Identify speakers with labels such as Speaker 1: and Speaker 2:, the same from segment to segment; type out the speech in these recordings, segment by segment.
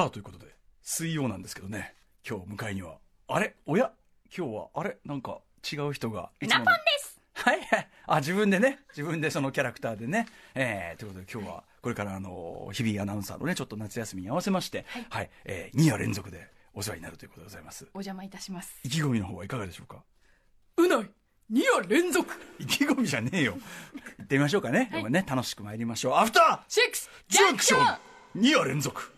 Speaker 1: さあ、ということで、水曜なんですけどね、今日迎えには、あれおや今日は、あれなんか違う人がいつ
Speaker 2: ナ
Speaker 1: も
Speaker 2: ポン
Speaker 1: の。
Speaker 2: です
Speaker 1: はいはい。あ、自分でね、自分でそのキャラクターでね。えー、ということで今日は、これからあの、日々アナウンサーのね、ちょっと夏休みに合わせまして、はい、えー、2夜連続でお世話になるということでございます。
Speaker 2: お邪魔いたします
Speaker 1: 意気込みの方はいかがでしょうか
Speaker 2: うない2夜連続
Speaker 1: 意気込みじゃねえ よ。行ってみましょうかね。でもね、楽しく参りましょう。アフター
Speaker 2: シックス
Speaker 1: ジャンクション !2 夜連続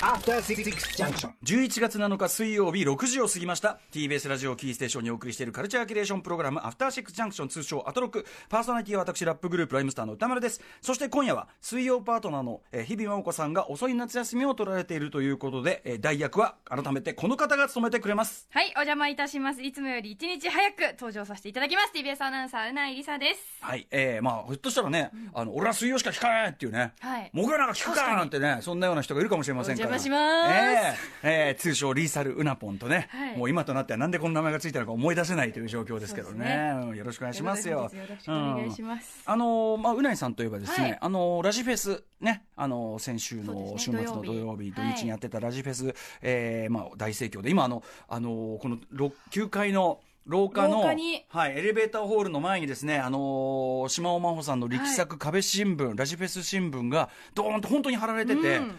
Speaker 3: After Six Junction.
Speaker 1: 11月7日水曜日6時を過ぎました TBS ラジオキーステーションにお送りしているカルチャーキュレーションプログラム「アフターシックスジャンクション」通称アトロックパーソナリティは私ラップグループライムスターの歌丸ですそして今夜は水曜パートナーの、えー日々真央子さんが遅い夏休みを取られているということで、えー代役は改めてこの方が務めてくれます
Speaker 2: はいお邪魔いたしますいつもより一日早く登場させていただきます TBS アナウンサーうないりさです
Speaker 1: はいえー、まあひょっとしたらね、あの俺は水曜しか聞かないっていうね、
Speaker 2: はい
Speaker 1: 僕らなんか聞くかなんてねそんなような人がいるかもしれませんから
Speaker 2: お邪魔します
Speaker 1: えーえー通称リーサルうなぽんとね、
Speaker 2: はい
Speaker 1: もう今となってはなんでこの名前がついたのか思い出せないという状況ですけどねうんよろしくお願いしますよ
Speaker 2: ということで本日よろしくお願いします
Speaker 1: うんあのーまあうないさんといえばですね、
Speaker 2: はい
Speaker 1: あのーラジフェスねあのー先週
Speaker 2: そうで
Speaker 1: の週
Speaker 2: す
Speaker 1: 末
Speaker 2: ね
Speaker 1: の土
Speaker 2: 土曜
Speaker 1: 曜
Speaker 2: 日
Speaker 1: 日土日にやってたラジフェス、えーまあ大盛況で今あのあのーこのろ9階の廊下の
Speaker 2: 廊下に
Speaker 1: はい、エレベーターホールの前にですね、あのー島尾真帆さんの力作、壁新聞、ラジフェス新聞が、ドーンと本当に貼られてて、
Speaker 2: うん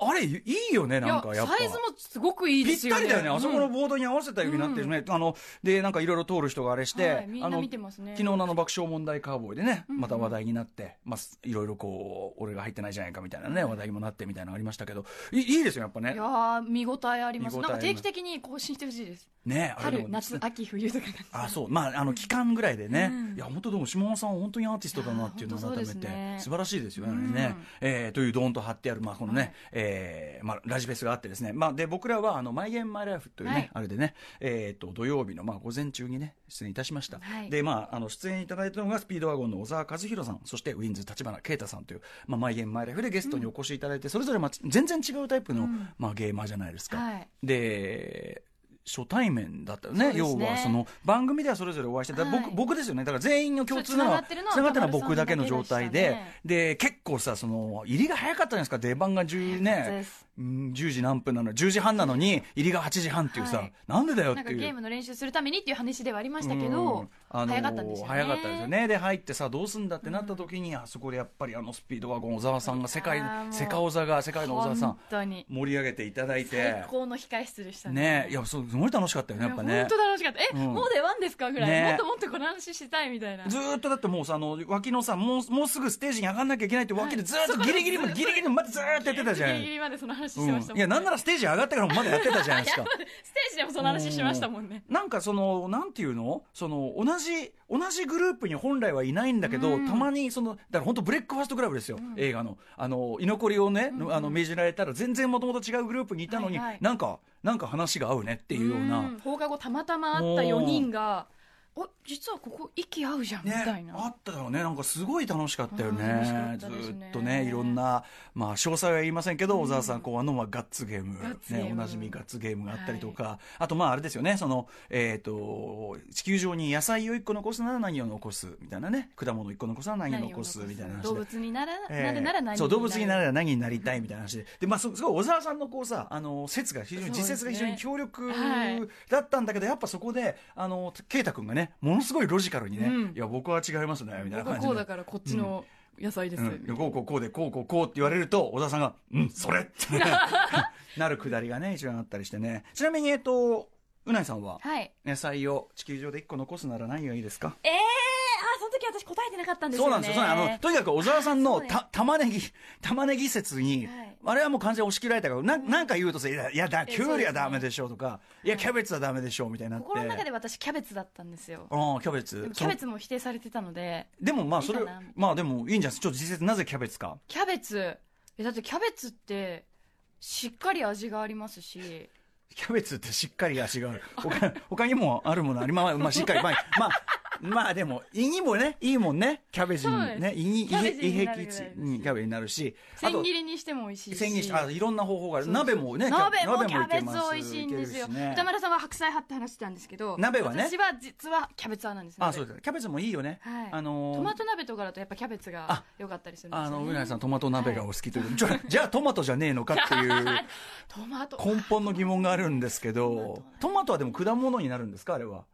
Speaker 1: あれ、いいよね、
Speaker 2: い
Speaker 1: なん
Speaker 2: や
Speaker 1: かやっぱ。
Speaker 2: サイズもすごくいい
Speaker 1: ぴ
Speaker 2: で
Speaker 1: っ
Speaker 2: すよ
Speaker 1: た
Speaker 2: ね
Speaker 1: りだよね、あそこ
Speaker 2: うん
Speaker 1: のボードに合わせたようになってるね、あのでなんかいろいろ通る人があれして、
Speaker 2: はいみんな
Speaker 1: あの
Speaker 2: 見てますね
Speaker 1: 昨日のあの爆笑問題カーボーイでね、
Speaker 2: うん
Speaker 1: また話題になって、まあ、いろいろこう、俺が入ってないじゃないかみたいなね、話題にもなってみたいなのありましたけど、いいいですよ、やっぱ
Speaker 2: い
Speaker 1: ね
Speaker 2: や。ー見応えあります
Speaker 1: 見応え
Speaker 2: な
Speaker 1: あります
Speaker 2: んか定期的に更新してほしいです
Speaker 1: ねあれで
Speaker 2: 春
Speaker 1: も
Speaker 2: 夏秋冬とか
Speaker 1: あそうまああの期間ぐらいでね、
Speaker 2: うん
Speaker 1: いや本当でも下尾さんは本当にアーティストだなっていうのを
Speaker 2: いやー
Speaker 1: 改めて、
Speaker 2: 本当そうですね
Speaker 1: 素晴らしいですよね,、
Speaker 2: うん
Speaker 1: ねえーというドーンと貼ってあるまあこのね、
Speaker 2: はい
Speaker 1: えーまあラジフェスがあってですねまあで僕らはあのマイゲームマイライフというね、
Speaker 2: はい
Speaker 1: あれでねえーと土曜日のまあ午前中にね出演いたしました、
Speaker 2: はい
Speaker 1: でまああの出演いただいたのがスピードワゴンの小沢和弘さんそしてウィンズ立花啓太さんというまあマイゲームマイライフでゲストにお越しいただいて、それぞれまあ全然違うタイプの、
Speaker 2: うん
Speaker 1: まあゲーマーじゃないですか。
Speaker 2: はい
Speaker 1: で初対面だったよね
Speaker 2: そうです
Speaker 1: 要
Speaker 2: ね
Speaker 1: はその番組ではそれぞれお会いして、だから
Speaker 2: は
Speaker 1: 僕
Speaker 2: い
Speaker 1: 僕ですよねだから全員の共通なのは
Speaker 2: そう繋がってるのは
Speaker 1: 繋がってるのは僕だけの状態で
Speaker 2: 田丸さんだ
Speaker 1: で結構さその入りが早かったじゃないですか出番が 10,
Speaker 2: かった
Speaker 1: ね
Speaker 2: です
Speaker 1: うん10時何分なの10時半なのに入りが8時半っていうさ、
Speaker 2: はい
Speaker 1: なんでだよっ
Speaker 2: なん
Speaker 1: て
Speaker 2: か
Speaker 1: いう。
Speaker 2: ゲームの練習するためにっていう話ではありましたけど、
Speaker 1: うんあのー
Speaker 2: 早かったんですよね
Speaker 1: 早かったですよねで入ってさどうすんだってなった時に、あそこでやっぱりあのスピードワゴン小沢さんが世界
Speaker 2: いやーもう
Speaker 1: 世界小沢が世界の小沢さん
Speaker 2: 本当に
Speaker 1: 盛り上げていただいて
Speaker 2: 最高の控え室でした
Speaker 1: ねいやそうすごい楽しかったよねやっぱ
Speaker 2: い
Speaker 1: ね
Speaker 2: や本当楽しかった。え、
Speaker 1: うん
Speaker 2: もう出番ですかぐらい、
Speaker 1: ね
Speaker 2: もっともっとこの話したいみたいな。
Speaker 1: ずーっとだってもうさあの脇のさもうもうすぐステージに上がんなきゃいけないって脇でずーっとギリギリまでギリギリまでずーっとやってたじゃん
Speaker 2: ギリギリまでその話し
Speaker 1: う
Speaker 2: てましたもん、
Speaker 1: ん、いやなんならステージ上がってからもまだやってたじゃないですか
Speaker 2: ステージでもその話してましたもんね。
Speaker 1: なんかそのなんていうのその同じ同じグループに本来はいないんだけど、
Speaker 2: うん
Speaker 1: たまにそのだから本当ブレックファーストクラブですよ、映画のあの居残りをね、
Speaker 2: うん
Speaker 1: あの命じられたら全然もともと違うグループにいたのに、
Speaker 2: はいはい
Speaker 1: なんかなんか話が合うねっていうような。
Speaker 2: ん放課後たまたま会った4人が、お、実はここ息合うじゃん、み
Speaker 1: ね
Speaker 2: たいな。
Speaker 1: あったよねなんかすごい楽しかったよね
Speaker 2: うん楽しかった
Speaker 1: ず
Speaker 2: ですね
Speaker 1: ーっとねいろんな、まあ、詳細は言いませんけど、小沢さん考案の、まあ、ガッツゲーム
Speaker 2: ガッツゲーム
Speaker 1: ね、おなじみガッツゲームがあったりとか、あとまああれですよねその、えっと地球上に野菜を1個残すなら何を残すみたいなね果物1個残すなら何を残すみたいな話
Speaker 2: 動
Speaker 1: で。
Speaker 2: 物になら、
Speaker 1: ええ
Speaker 2: なるなら何になる
Speaker 1: そう動物になれば何になりたいみたいな話でで、まあ、そすごい小沢さんのこうさあの説が非常に、
Speaker 2: そうで
Speaker 1: 実
Speaker 2: すね
Speaker 1: 説が非常に強力
Speaker 2: はい
Speaker 1: だったんだけど、やっぱそこであの圭太君がねものすごいロジカルにね、
Speaker 2: う
Speaker 1: い
Speaker 2: ん
Speaker 1: や僕は違いますねみたいな
Speaker 2: 僕
Speaker 1: 感
Speaker 2: は
Speaker 1: じで
Speaker 2: こうだからこっちの野菜です。
Speaker 1: うん、こうこうこうでこうこうこうって言われると小沢さんが「うんそ れ!」ってなるくだりがね一番あったりしてねちなみにえっとうないさんは
Speaker 2: はい。
Speaker 1: 野菜を地球上で1個残すなら何がいいですか
Speaker 2: ええあ、その時私答えてなかったんです
Speaker 1: そ
Speaker 2: よ
Speaker 1: うな
Speaker 2: ね。
Speaker 1: んですよ、そうなんですあのとにかく小沢さん
Speaker 2: あ
Speaker 1: の
Speaker 2: そうね
Speaker 1: た玉ねぎ玉ねぎ説に、
Speaker 2: はい
Speaker 1: あれはもう完全に押し切られたからななんか言うとさ「いやいやだ
Speaker 2: え
Speaker 1: きゅうりはダメでしょ」とか「いやキャベツはダメでしょ」みたいになって
Speaker 2: 心の中で私キャベツだったんですよ。
Speaker 1: ああキャベ
Speaker 2: で
Speaker 1: ツ
Speaker 2: もキャベツも否定されてたので。
Speaker 1: でもまあそれ
Speaker 2: いいかなみたいな
Speaker 1: まあでもいいんじゃないちょっと実際なぜキャベツか
Speaker 2: キャベツえだってキャベツってしっかり味がありますし
Speaker 1: キャベツってしっかり味がある。他他にもあるものありまあ、まあ、しっかり、まあ、まあ、まあでも胃にもねいいもんねキャベジ
Speaker 2: そうです
Speaker 1: にね胃に胃
Speaker 2: キャベジ
Speaker 1: へ胃
Speaker 2: に
Speaker 1: 壁値う
Speaker 2: なるぐらい
Speaker 1: んキャベになるしあ
Speaker 2: 千
Speaker 1: と
Speaker 2: 切りにしても美味しいし
Speaker 1: 千切りしあいろんな方法がある
Speaker 2: そうそう
Speaker 1: 鍋もね
Speaker 2: 鍋もキ
Speaker 1: い
Speaker 2: ャ
Speaker 1: け
Speaker 2: ベ
Speaker 1: ま
Speaker 2: ツ美味しいんですよ
Speaker 1: いけるしね
Speaker 2: 歌丸さんは白菜派って話してたんですけど
Speaker 1: 鍋はね
Speaker 2: 私は実はキャベツ派なんですね
Speaker 1: あそうですキャベツもいいよね
Speaker 2: はい
Speaker 1: あのー
Speaker 2: トマト鍋とかだとやっぱキャベツが
Speaker 1: あ
Speaker 2: 良かったりするんです
Speaker 1: あの
Speaker 2: よ
Speaker 1: うな
Speaker 2: ね
Speaker 1: ぎさんトマト鍋がお好きということで、ちょじゃあトマトじゃねえのかっていう
Speaker 2: トマト
Speaker 1: 根本の疑問があるんですけどトマトはでも果物になるんですかあれは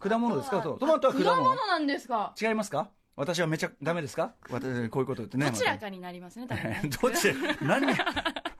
Speaker 1: 果物ですかトマトは果物
Speaker 2: 果物なんですか
Speaker 1: 違いますか私はめちゃダメですか私こういうこと言ってね
Speaker 2: どちらかになりますね多分ね
Speaker 1: どっち何う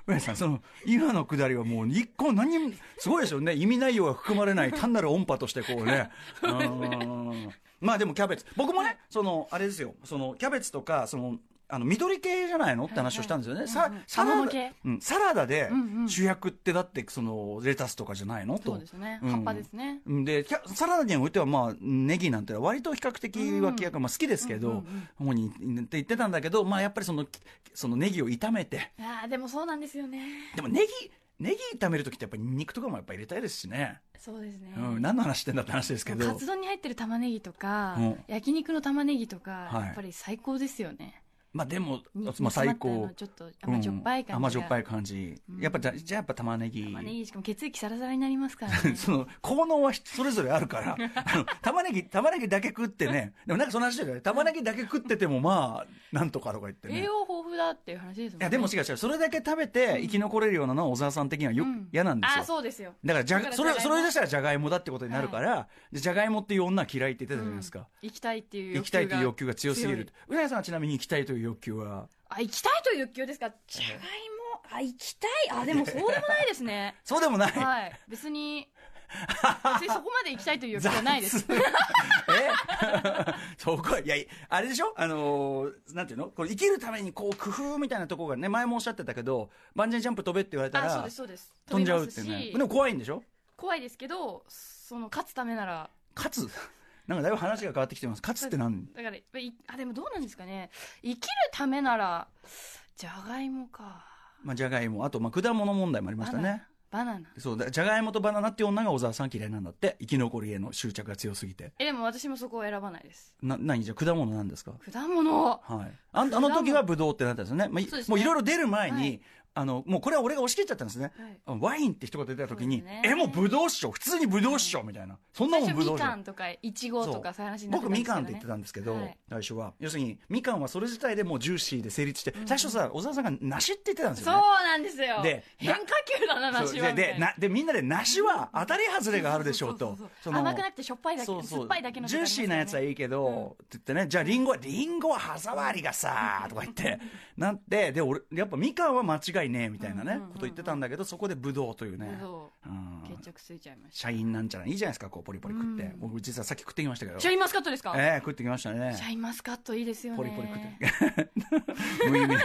Speaker 1: なぎさんその今のくだりはもう一個何もすごいですよね意味内容が含まれない単なる音波としてこうねうんまあでもキャベツ僕もねそのあれですよそのキャベツとかそのあの緑系じゃないのって話をしたんですよね、
Speaker 2: はいはい
Speaker 1: さサラ
Speaker 2: 葉物
Speaker 1: ダ
Speaker 2: 系
Speaker 1: うん、サラダで
Speaker 2: うんうん
Speaker 1: 主役ってだってそのレタスとかじゃないのと
Speaker 2: そうですね
Speaker 1: うん
Speaker 2: 葉っぱですね
Speaker 1: でキャサラダにおいては、まあ、ネギなんてのは割と比較的脇役、まあ、好きですけ
Speaker 2: うんう
Speaker 1: ど
Speaker 2: んうん、
Speaker 1: 主にって言ってたんだけど、まあ、やっぱりそのきそのネギを炒めて
Speaker 2: ああでもそうなんですよね
Speaker 1: でもネギネギ炒める時ってやっぱり肉とかもやっぱ入れたいですしね、
Speaker 2: そうですね
Speaker 1: うん、何の話してんだって話ですけど
Speaker 2: カツ丼に入ってる玉ねぎとか
Speaker 1: うん
Speaker 2: 焼肉の玉ねぎとか
Speaker 1: はい
Speaker 2: やっぱり最高ですよね
Speaker 1: まあでも、
Speaker 2: に
Speaker 1: まあ、最
Speaker 2: 煮詰ま
Speaker 1: 高
Speaker 2: ったあのちょっと甘じょっぱい感じが
Speaker 1: うん甘じょっぱい感じ、
Speaker 2: うん
Speaker 1: やっぱじゃじゃあやっぱ玉ねぎ
Speaker 2: 玉ねぎしかも血液サラサラになりますから ね
Speaker 1: その効能は人それぞれあるから あの玉ねぎ玉ねぎだけ食ってねでもなんかその話だよね玉ねぎだけ食っててもまあなんとかとか言ってね
Speaker 2: 栄養豊富だっていう話ですもん
Speaker 1: い
Speaker 2: ね
Speaker 1: やでも違う違うそれだけ食べて生き残れるようなのは小沢さん的にはよく
Speaker 2: うん
Speaker 1: 嫌なんです
Speaker 2: あ
Speaker 1: よ、
Speaker 2: あそうですよ
Speaker 1: だからじゃ
Speaker 2: だから
Speaker 1: それ
Speaker 2: じゃがいも
Speaker 1: それでしたらじゃがいもだってことになるから、でじゃがいもっていう女は嫌いって言ってたじゃないですか、
Speaker 2: 行きたいっていう
Speaker 1: 行きたいという欲求が強すぎ
Speaker 2: 強い
Speaker 1: るうなやさんはちなみに行きたいという欲求は
Speaker 2: あ行きたいという欲求ですかじゃがいもあ行きたいあでもそうでもないで すね
Speaker 1: そうでもない、
Speaker 2: はい別に別にそこまで行きたいという欲求はないです
Speaker 1: 雑え そこいやあれでしょあのーなんていうのこれ生きるためにこう工夫みたいなところがね前もおっしゃってたけどバンジージャンプ飛べって言われた
Speaker 2: あそう
Speaker 1: ら
Speaker 2: ですそうです
Speaker 1: 飛んじゃうって
Speaker 2: 飛びます
Speaker 1: ね
Speaker 2: し
Speaker 1: でも怖いんでしょ
Speaker 2: 怖いですけどその勝つためなら
Speaker 1: 勝つなんかだいぶ話が変わってきてます勝つって何
Speaker 2: だからいあでもどうなんですかね生きるためならじゃがいもか
Speaker 1: まあ、じゃがいもあと、まあ、果物問題もありました
Speaker 2: バナ
Speaker 1: ね
Speaker 2: ナバナナ
Speaker 1: そうだじゃがいもとバナナっていう女が小沢さん嫌いなんだって生き残りへの執着が強すぎて
Speaker 2: えでも私もそこを選ばないです
Speaker 1: な何じゃあ果物なんですか
Speaker 2: 果物
Speaker 1: はいあん
Speaker 2: 物
Speaker 1: あの時はブドウってなったんですよね,、まあい
Speaker 2: そうですね
Speaker 1: もういろいろ出る前に、
Speaker 2: はい
Speaker 1: あのもうこれは俺が押し切っちゃったんですね、
Speaker 2: はい
Speaker 1: ワインって一言出た時に、
Speaker 2: そうですね
Speaker 1: えもうブドウっしょ普通にブドウっしょみたいなそんな
Speaker 2: 最
Speaker 1: もん
Speaker 2: 初
Speaker 1: ブド
Speaker 2: み
Speaker 1: ウじゃん
Speaker 2: かんとかいちごとかそういう話になっ
Speaker 1: 僕
Speaker 2: てたんです
Speaker 1: み
Speaker 2: けど、
Speaker 1: か
Speaker 2: ね、
Speaker 1: んって言ってたんですけど、
Speaker 2: はい
Speaker 1: 最初は要するにみかんはそれ自体でもうジューシーで成立して、最初さ小沢さんが梨って言ってたんです
Speaker 2: そ
Speaker 1: よ
Speaker 2: う
Speaker 1: ね
Speaker 2: なんですよ
Speaker 1: で
Speaker 2: 変化球だな
Speaker 1: そう
Speaker 2: 梨はみた
Speaker 1: で
Speaker 2: い
Speaker 1: でなでみんなで梨は当たり外れがあるでしょうと
Speaker 2: そそそ
Speaker 1: その
Speaker 2: 甘くなくてしょっぱいだけ
Speaker 1: そうそう
Speaker 2: 酸っぱいだけの
Speaker 1: ジューシーなやつはいいいけど、って言ってねじゃあリンゴはリンゴは歯触りがさとか言ってなってで俺やっぱみかんは間違いねえみたいなね、
Speaker 2: うんうんうんうん
Speaker 1: こと言ってたんだけどそこでブドウというね、うん、
Speaker 2: 決着ついちゃいまし
Speaker 1: 社員なんちゃらいいじゃないですかこうポリポリ食って、僕実はさっき食ってきましたけど
Speaker 2: たシャインマスカットですか、
Speaker 1: ええ食ってきましたね
Speaker 2: シャインマスカットいいですよね
Speaker 1: ポリポリ食って 無意味な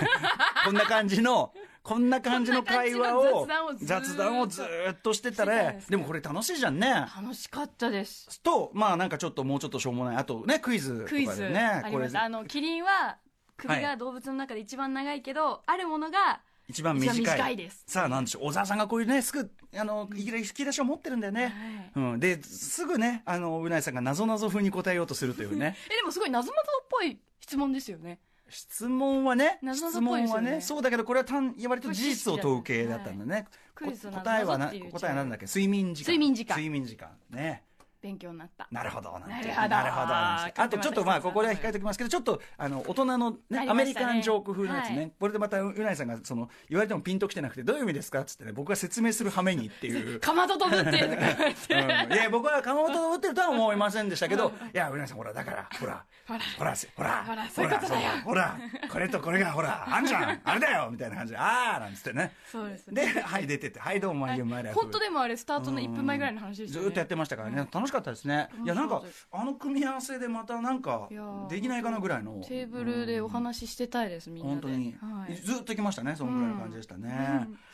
Speaker 1: こんな感じのこんな感じの会話
Speaker 2: こん
Speaker 1: を
Speaker 2: な感じの雑
Speaker 1: 雑
Speaker 2: 談
Speaker 1: 談
Speaker 2: を
Speaker 1: を
Speaker 2: ず
Speaker 1: ず
Speaker 2: ー
Speaker 1: ーっとしてた
Speaker 2: してたん
Speaker 1: ら
Speaker 2: ですね
Speaker 1: でもこれ楽しいじゃんね
Speaker 2: 楽しかっ たです
Speaker 1: とまあなんかちょっともうちょっとしょうもないあとねクイズとか
Speaker 2: クイズ
Speaker 1: でね
Speaker 2: あり
Speaker 1: こ
Speaker 2: ま
Speaker 1: れ
Speaker 2: したあのキリンは首
Speaker 1: は
Speaker 2: が
Speaker 1: い
Speaker 2: 動物の中で一番長いけど、あるものが
Speaker 1: 一番
Speaker 2: 一
Speaker 1: 短
Speaker 2: 番
Speaker 1: い
Speaker 2: 短いです
Speaker 1: さあなんでしょう小沢さんがこういうねすぐあの引き出し引き出しを持ってるんだよね、うん、ですぐねあのうないさんがなぞなぞ風に答えようとするという ね
Speaker 2: えでもすごい謎々っぽい質問ですよね
Speaker 1: 質問はね
Speaker 2: なぞなぞ
Speaker 1: 質
Speaker 2: っぽい
Speaker 1: 問
Speaker 2: ですよ
Speaker 1: は
Speaker 2: ね
Speaker 1: ねそうだけどこれは単割と事実を問う系だったんだね、
Speaker 2: これ知識だ
Speaker 1: こ
Speaker 2: は
Speaker 1: 答
Speaker 2: い
Speaker 1: えはな
Speaker 2: クイズの謎っていう違い
Speaker 1: 答えはなんだっけ睡眠時間
Speaker 2: 睡眠時間
Speaker 1: 睡眠時間ね
Speaker 2: 勉強になった
Speaker 1: なるほどなんて
Speaker 2: なるほど
Speaker 1: なるほどなんて
Speaker 2: 書い
Speaker 1: あ
Speaker 2: て
Speaker 1: と
Speaker 2: ま
Speaker 1: ち
Speaker 2: した
Speaker 1: ょっとまあここでは控えておきますけどちょっとあの大人の、ね
Speaker 2: ありましたね
Speaker 1: アメリカンジョーク風のやつね、
Speaker 2: はい
Speaker 1: これでまたうないさんがその言われてもピンときてなくてどういう意味ですかっつってね僕が説明する羽目にって いう。
Speaker 2: かまど飛ぶっていうとか言っ
Speaker 1: うん、い
Speaker 2: て
Speaker 1: や僕は鎌本を打ってるとは思いませんでしたけどいやうなぎさんほらだからほら
Speaker 2: ほら
Speaker 1: ほらほら
Speaker 2: ほらそ
Speaker 1: ほ
Speaker 2: ういう
Speaker 1: ら
Speaker 2: ことだよ
Speaker 1: そうほらこれとこれがほらあんじゃんあれだよみたいな感じでああなんつってね
Speaker 2: そうです
Speaker 1: ではい出てってはいどうもありがとう
Speaker 2: 本当でもあれスタートの1分前ぐらいの話でし
Speaker 1: ず
Speaker 2: た、ね、
Speaker 1: ーっとやってましたからね、楽しかったですねいやなんかあの組み合わせでまたなんか
Speaker 2: いやー
Speaker 1: できないかなぐらいの
Speaker 2: テーブルでお話ししてたいですみんな
Speaker 1: 本
Speaker 2: で
Speaker 1: 当に、
Speaker 2: はい、
Speaker 1: ずーっときましたねそのぐらいの感じでしたね、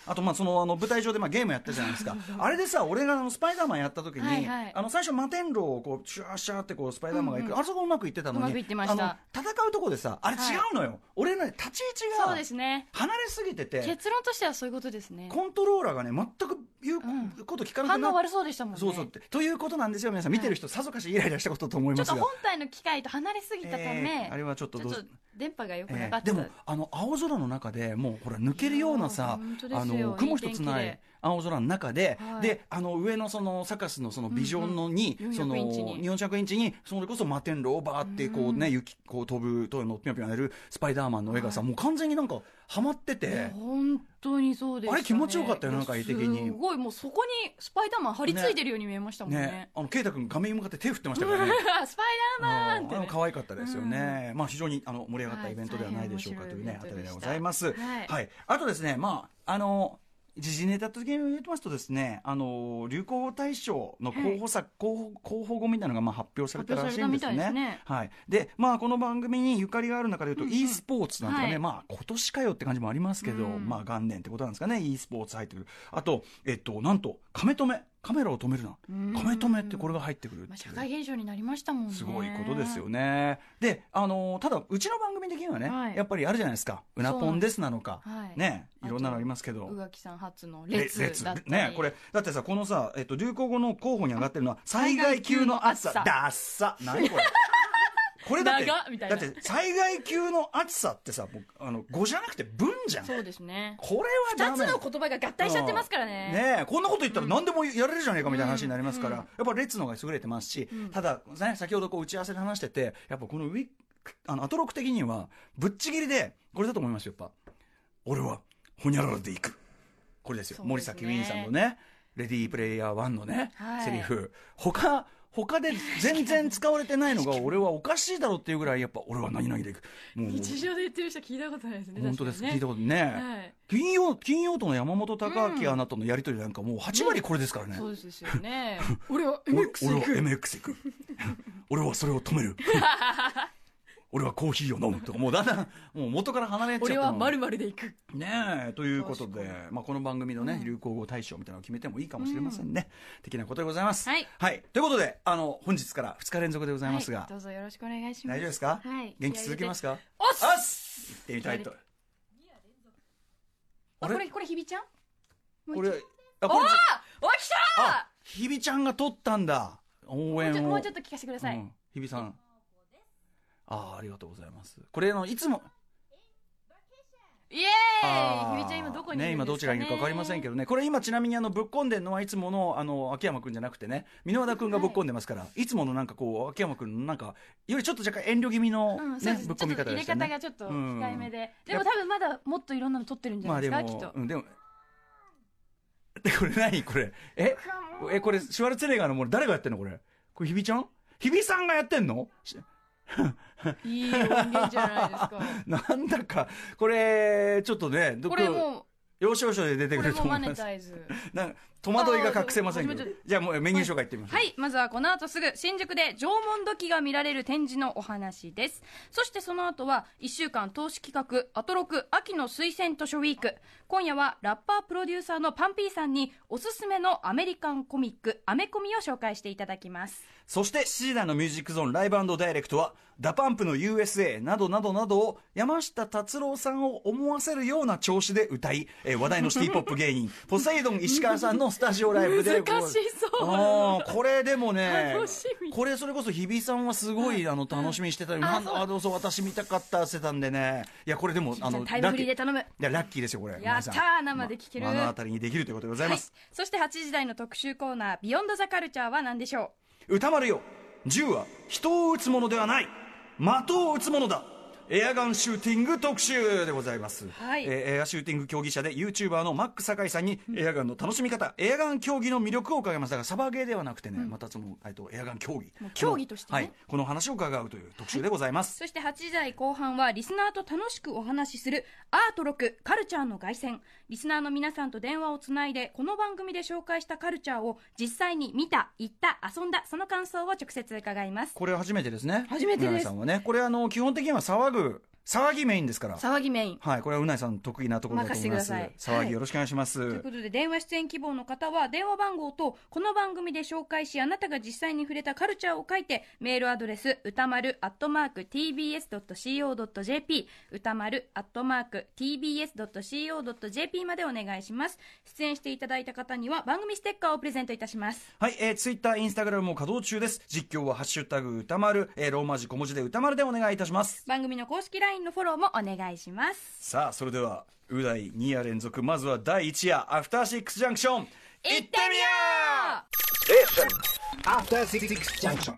Speaker 1: あとまあそのあの舞台上でまあゲームやったじゃないですかあれでさ俺があのスパイダーマンやった時に、
Speaker 2: はいはい
Speaker 1: あの最初摩天楼をこうシュワーシュワーってこうスパイダーマンが行く、あそこうまくいってたのに
Speaker 2: うまくいってました
Speaker 1: あの戦うとこでさあれ違うのよ、俺ね立ち位
Speaker 2: そうで
Speaker 1: 置
Speaker 2: すね
Speaker 1: が離れすぎてて
Speaker 2: 結論としてはそういうことですね
Speaker 1: コントローラーがね全く言うこと聞かな
Speaker 2: 反
Speaker 1: くなっ
Speaker 2: 応悪そうでしたもんね
Speaker 1: そうそうってということなんですせよ皆さん見てる人、さぞかしイライラしたことと思い
Speaker 2: ち
Speaker 1: ま
Speaker 2: ょっ
Speaker 1: すが
Speaker 2: と本体の機械と離れすぎたた
Speaker 1: え
Speaker 2: め
Speaker 1: ー、あれはちょっと
Speaker 2: ちょ
Speaker 1: ど
Speaker 2: っ
Speaker 1: う
Speaker 2: と電波が良くな
Speaker 1: え
Speaker 2: かっ
Speaker 1: ー
Speaker 2: た、
Speaker 1: でもあの青空の中でもうほら抜けるようなさ
Speaker 2: いやー本当ですよ
Speaker 1: あの雲一つない
Speaker 2: い
Speaker 1: い
Speaker 2: 天気で
Speaker 1: 青空の中で、
Speaker 2: はい
Speaker 1: であの上のそのサカスのそのビジョンのに、
Speaker 2: うんうん
Speaker 1: その
Speaker 2: 400インチに
Speaker 1: 400インチにそれこそ摩天楼をバーってこうね、
Speaker 2: うん
Speaker 1: 雪こう飛ぶとのぴょんぴょんやるスパイダーマンの絵がさ、もう完全になんかはまって
Speaker 2: いや
Speaker 1: て。
Speaker 2: 本当にそうでした、
Speaker 1: あ
Speaker 2: ね、
Speaker 1: れ気持ちよかったよなんか絵的に
Speaker 2: すごいもうそこにスパイダーマン張り付いてるように見えましたもんね
Speaker 1: ね、あの圭太君画面に向かって手振ってましたからね
Speaker 2: スパイダーマンって、
Speaker 1: あの
Speaker 2: ね、
Speaker 1: 可愛かったですよね、まあ、非常にあの盛り上がったイベントではないでしょうか
Speaker 2: はい
Speaker 1: というね、
Speaker 2: 大
Speaker 1: あ
Speaker 2: 変
Speaker 1: た
Speaker 2: 面白い
Speaker 1: りで
Speaker 2: イベントでした
Speaker 1: ございます。
Speaker 2: はい
Speaker 1: はい、あとですね、まあ、あの。時事ネタ的に言いますとですね、あの流行語大賞の候補作、候補候補語みたいなのがまあ発表されたらしいんです
Speaker 2: 発表されたみたいです
Speaker 1: ね。
Speaker 2: ね
Speaker 1: はい。で、まあこの番組にゆかりがある中で言うと、e スポーツなんてね、
Speaker 2: はい
Speaker 1: まあ今年かよって感じもありますけど、
Speaker 2: うん
Speaker 1: まあ元年ってことなんですかね、e スポーツ入ってくる。あと、えっとなんとカメ止め、カメラを止めるな、
Speaker 2: うん
Speaker 1: カメ止めってこれが入ってくるっていう。
Speaker 2: まあ、社会現象になりましたもんね
Speaker 1: すごいことですよね。で、あのーただ、うちの番組的にはね、
Speaker 2: はい
Speaker 1: やっぱりあるじゃないですか。うなぽんですなのか。
Speaker 2: はい
Speaker 1: ね、
Speaker 2: あ
Speaker 1: い
Speaker 2: と
Speaker 1: ろんなのありますけど
Speaker 2: 宇。垣さん初の
Speaker 1: れ
Speaker 2: 列だったり
Speaker 1: ね、これ、だってさ、このさ、えっと、流行語の候補に上がってるのは、災害級の暑さ。
Speaker 2: 災
Speaker 1: ダッサ。何 これ。これだって
Speaker 2: 長っみたいな
Speaker 1: だって災害級の暑さってさもうあの語じゃなくて文じゃんこ
Speaker 2: そうですね
Speaker 1: れはダ
Speaker 2: 二
Speaker 1: メ
Speaker 2: つの言葉が合体しちゃってますからね
Speaker 1: ねえこんなこと言ったら何でもやれるじゃないかみたいな話になりますから、
Speaker 2: うん
Speaker 1: やっぱ列の方が優れてますし、
Speaker 2: うん
Speaker 1: ただ、ね、先ほどこう打ち合わせで話しててやっぱこのウィッあのアトロック的にはぶっちぎりでこれだと思いますよやっぱ俺はほにゃららでいくこれですよ
Speaker 2: そうですね
Speaker 1: 森崎ウィンさんのね「レディープレイヤー1」のね、
Speaker 2: はい
Speaker 1: セリフ他他で全然使われて ないのが俺はおかしいだろうっていうぐらいやっぱ俺は何々でいくもう
Speaker 2: 日常で言ってる人聞いたことないですね
Speaker 1: 本当です、
Speaker 2: 確か
Speaker 1: 聞い
Speaker 2: に
Speaker 1: た
Speaker 2: ね
Speaker 1: ことね、
Speaker 2: はい
Speaker 1: 金曜金曜との山本貴明アナとのやり取りなんかもう8割これですからね、
Speaker 2: そうですよ ね俺は
Speaker 1: 俺
Speaker 2: MX 行
Speaker 1: 俺
Speaker 2: く
Speaker 1: は MX 行く 俺はそれを止める 俺はコーヒーを飲むとかもうだんだんもう元から離れちゃった
Speaker 2: 俺
Speaker 1: の
Speaker 2: はまるで行く
Speaker 1: ねえということで
Speaker 2: 確か、
Speaker 1: まあ、この番組のね、
Speaker 2: うん
Speaker 1: 流行語大賞みたいなのを決めてもいいかもしれませんね、的なことでございます、
Speaker 2: はい
Speaker 1: ということであの本日から2日連続でございますが、
Speaker 2: はいどうぞよろしくお願いします
Speaker 1: 大丈夫ですか、
Speaker 2: はい
Speaker 1: 元気続けますか
Speaker 2: おっ
Speaker 1: あっす行ってみたいと
Speaker 2: あ
Speaker 1: あれ
Speaker 2: これこれひびちゃん
Speaker 1: こ
Speaker 2: もう
Speaker 1: れ
Speaker 2: 一
Speaker 1: あこれ
Speaker 2: お来た
Speaker 1: あひびちゃんが撮ったんだ応
Speaker 2: もうちょ
Speaker 1: 援を
Speaker 2: もうちょっと聞かせてください、
Speaker 1: うん、日比さんああありがとうございますこれあのいつも
Speaker 2: イエ
Speaker 1: あー
Speaker 2: ーイひびちゃん今どこにいるんですかね
Speaker 1: ね今どちらにいるか分かりませんけどねこれ今ちなみにあのぶっ込んでるのはいつものあの秋山くんじゃなくてね箕輪田くんがぶっ込んでますから、い、つものなんかこう秋山くんのなんかよりちょっと若干遠慮気味の、
Speaker 2: うん、そう
Speaker 1: ね
Speaker 2: です
Speaker 1: ぶっ込み方でし
Speaker 2: ち
Speaker 1: た
Speaker 2: ょっと入れ方
Speaker 1: ね
Speaker 2: がちょっと控えめで、で
Speaker 1: や
Speaker 2: も
Speaker 1: っ
Speaker 2: 多分まだもっといろんなの撮ってるんじゃ
Speaker 1: ま
Speaker 2: な
Speaker 1: あ
Speaker 2: いで
Speaker 1: です
Speaker 2: か、きっ
Speaker 1: も
Speaker 2: と、
Speaker 1: うん、でも でこれ何これええこれシュワルツェネッガーのもの誰がやってんのこれこれ日比ちゃん日比さんがやってんのし
Speaker 2: いい音源じゃないですか
Speaker 1: なんだかこれちょっとねど
Speaker 2: これも
Speaker 1: 要所要所で出て
Speaker 2: う
Speaker 1: くる
Speaker 2: これ
Speaker 1: と思
Speaker 2: もマ
Speaker 1: い
Speaker 2: ネ
Speaker 1: ます
Speaker 2: タ イズ
Speaker 1: なんか戸惑いが隠せませんけど
Speaker 2: あー
Speaker 1: じゃあもうメニュー紹介いってみましょう、
Speaker 2: はい、まずはこの後すぐ新宿で縄文土器が見られる展示のお話です。そしてその後は1週間投資企画アトロク秋の推薦図書ウィーク。今夜はラッパープロデューサーのパンピーさんにおすすめのアメリカンコミックアメコミを紹介していただきます。
Speaker 1: そして7時台の「ミュージックゾーンライブダイレクトは「ダパンプの USA などなどなどを山下達郎さんを思わせるような調子で歌い、えー話題のシティ・ポップ芸人ポセイドン石川さんのスタジオライブでご
Speaker 2: 難しそう
Speaker 1: あーこれでもね
Speaker 2: 楽しみ
Speaker 1: これそれこそ日比さんはすごいあの楽しみにしてたよ、なん
Speaker 2: そう
Speaker 1: あのそう私見たかったしてたんでねいやこれでもあの
Speaker 2: タイムフリ
Speaker 1: ラッ
Speaker 2: ーで
Speaker 1: キー
Speaker 2: 頼む。
Speaker 1: いやラッキーですよこれ
Speaker 2: やったー
Speaker 1: 皆さん
Speaker 2: 生で聞ける
Speaker 1: ま目の当たりにできるということでございます、
Speaker 2: はい、そして8時台の特集コーナー「ビヨンドザカルチャーは何でしょ
Speaker 1: 歌丸よ銃は人を撃つものではない的を撃つものだエアガンシューティング特集でございます、
Speaker 2: はい
Speaker 1: えーエアシューティング競技者で YouTuber のマック酒井さんにエアガンの楽しみ方、エアガン競技の魅力を伺いましたがサバゲーではなくてね、またその、えっと、エアガン競技
Speaker 2: もう競技としてね
Speaker 1: はい、この話を伺うという特集でございま
Speaker 2: う?」
Speaker 1: す、
Speaker 2: そして8時台後半はリスナーと楽しくお話しする「アート6カルチャーの凱旋」リスナーの皆さんと電話をつないでこの番組で紹介したカルチャーを実際に見た行った遊んだその感想を直接伺います
Speaker 1: これ初めてですね
Speaker 2: 初めてで
Speaker 1: 村井
Speaker 2: す
Speaker 1: さんはねこれあの基本的には騒ぐ騒ぎメインですから。
Speaker 2: 騒ぎメイン
Speaker 1: はい、これはうないさんの得意なところだと思います。
Speaker 2: 任せてください
Speaker 1: 騒ぎよろしくお願いします。
Speaker 2: ということで電話出演希望の方は電話番号とこの番組で紹介しあなたが実際に触れたカルチャーを書いてメールアドレス歌丸 @tbs.co.jp 歌丸 @tbs.co.jp までお願いします出演していただいた方には番組ステッカーをプレゼントいたします
Speaker 1: はい、えー、ツイッター、インスタグラムも稼働中です。実況はハッシュタグ歌丸、えー、ローマ字小文字で歌丸でお願いいたします。
Speaker 2: 番組の公式 LINE のフォローもお願いします
Speaker 1: さあ、それでは、う大2夜連続、まずは第1夜、アフターシックスジャンクション、
Speaker 2: い
Speaker 1: い
Speaker 3: After Six Junction.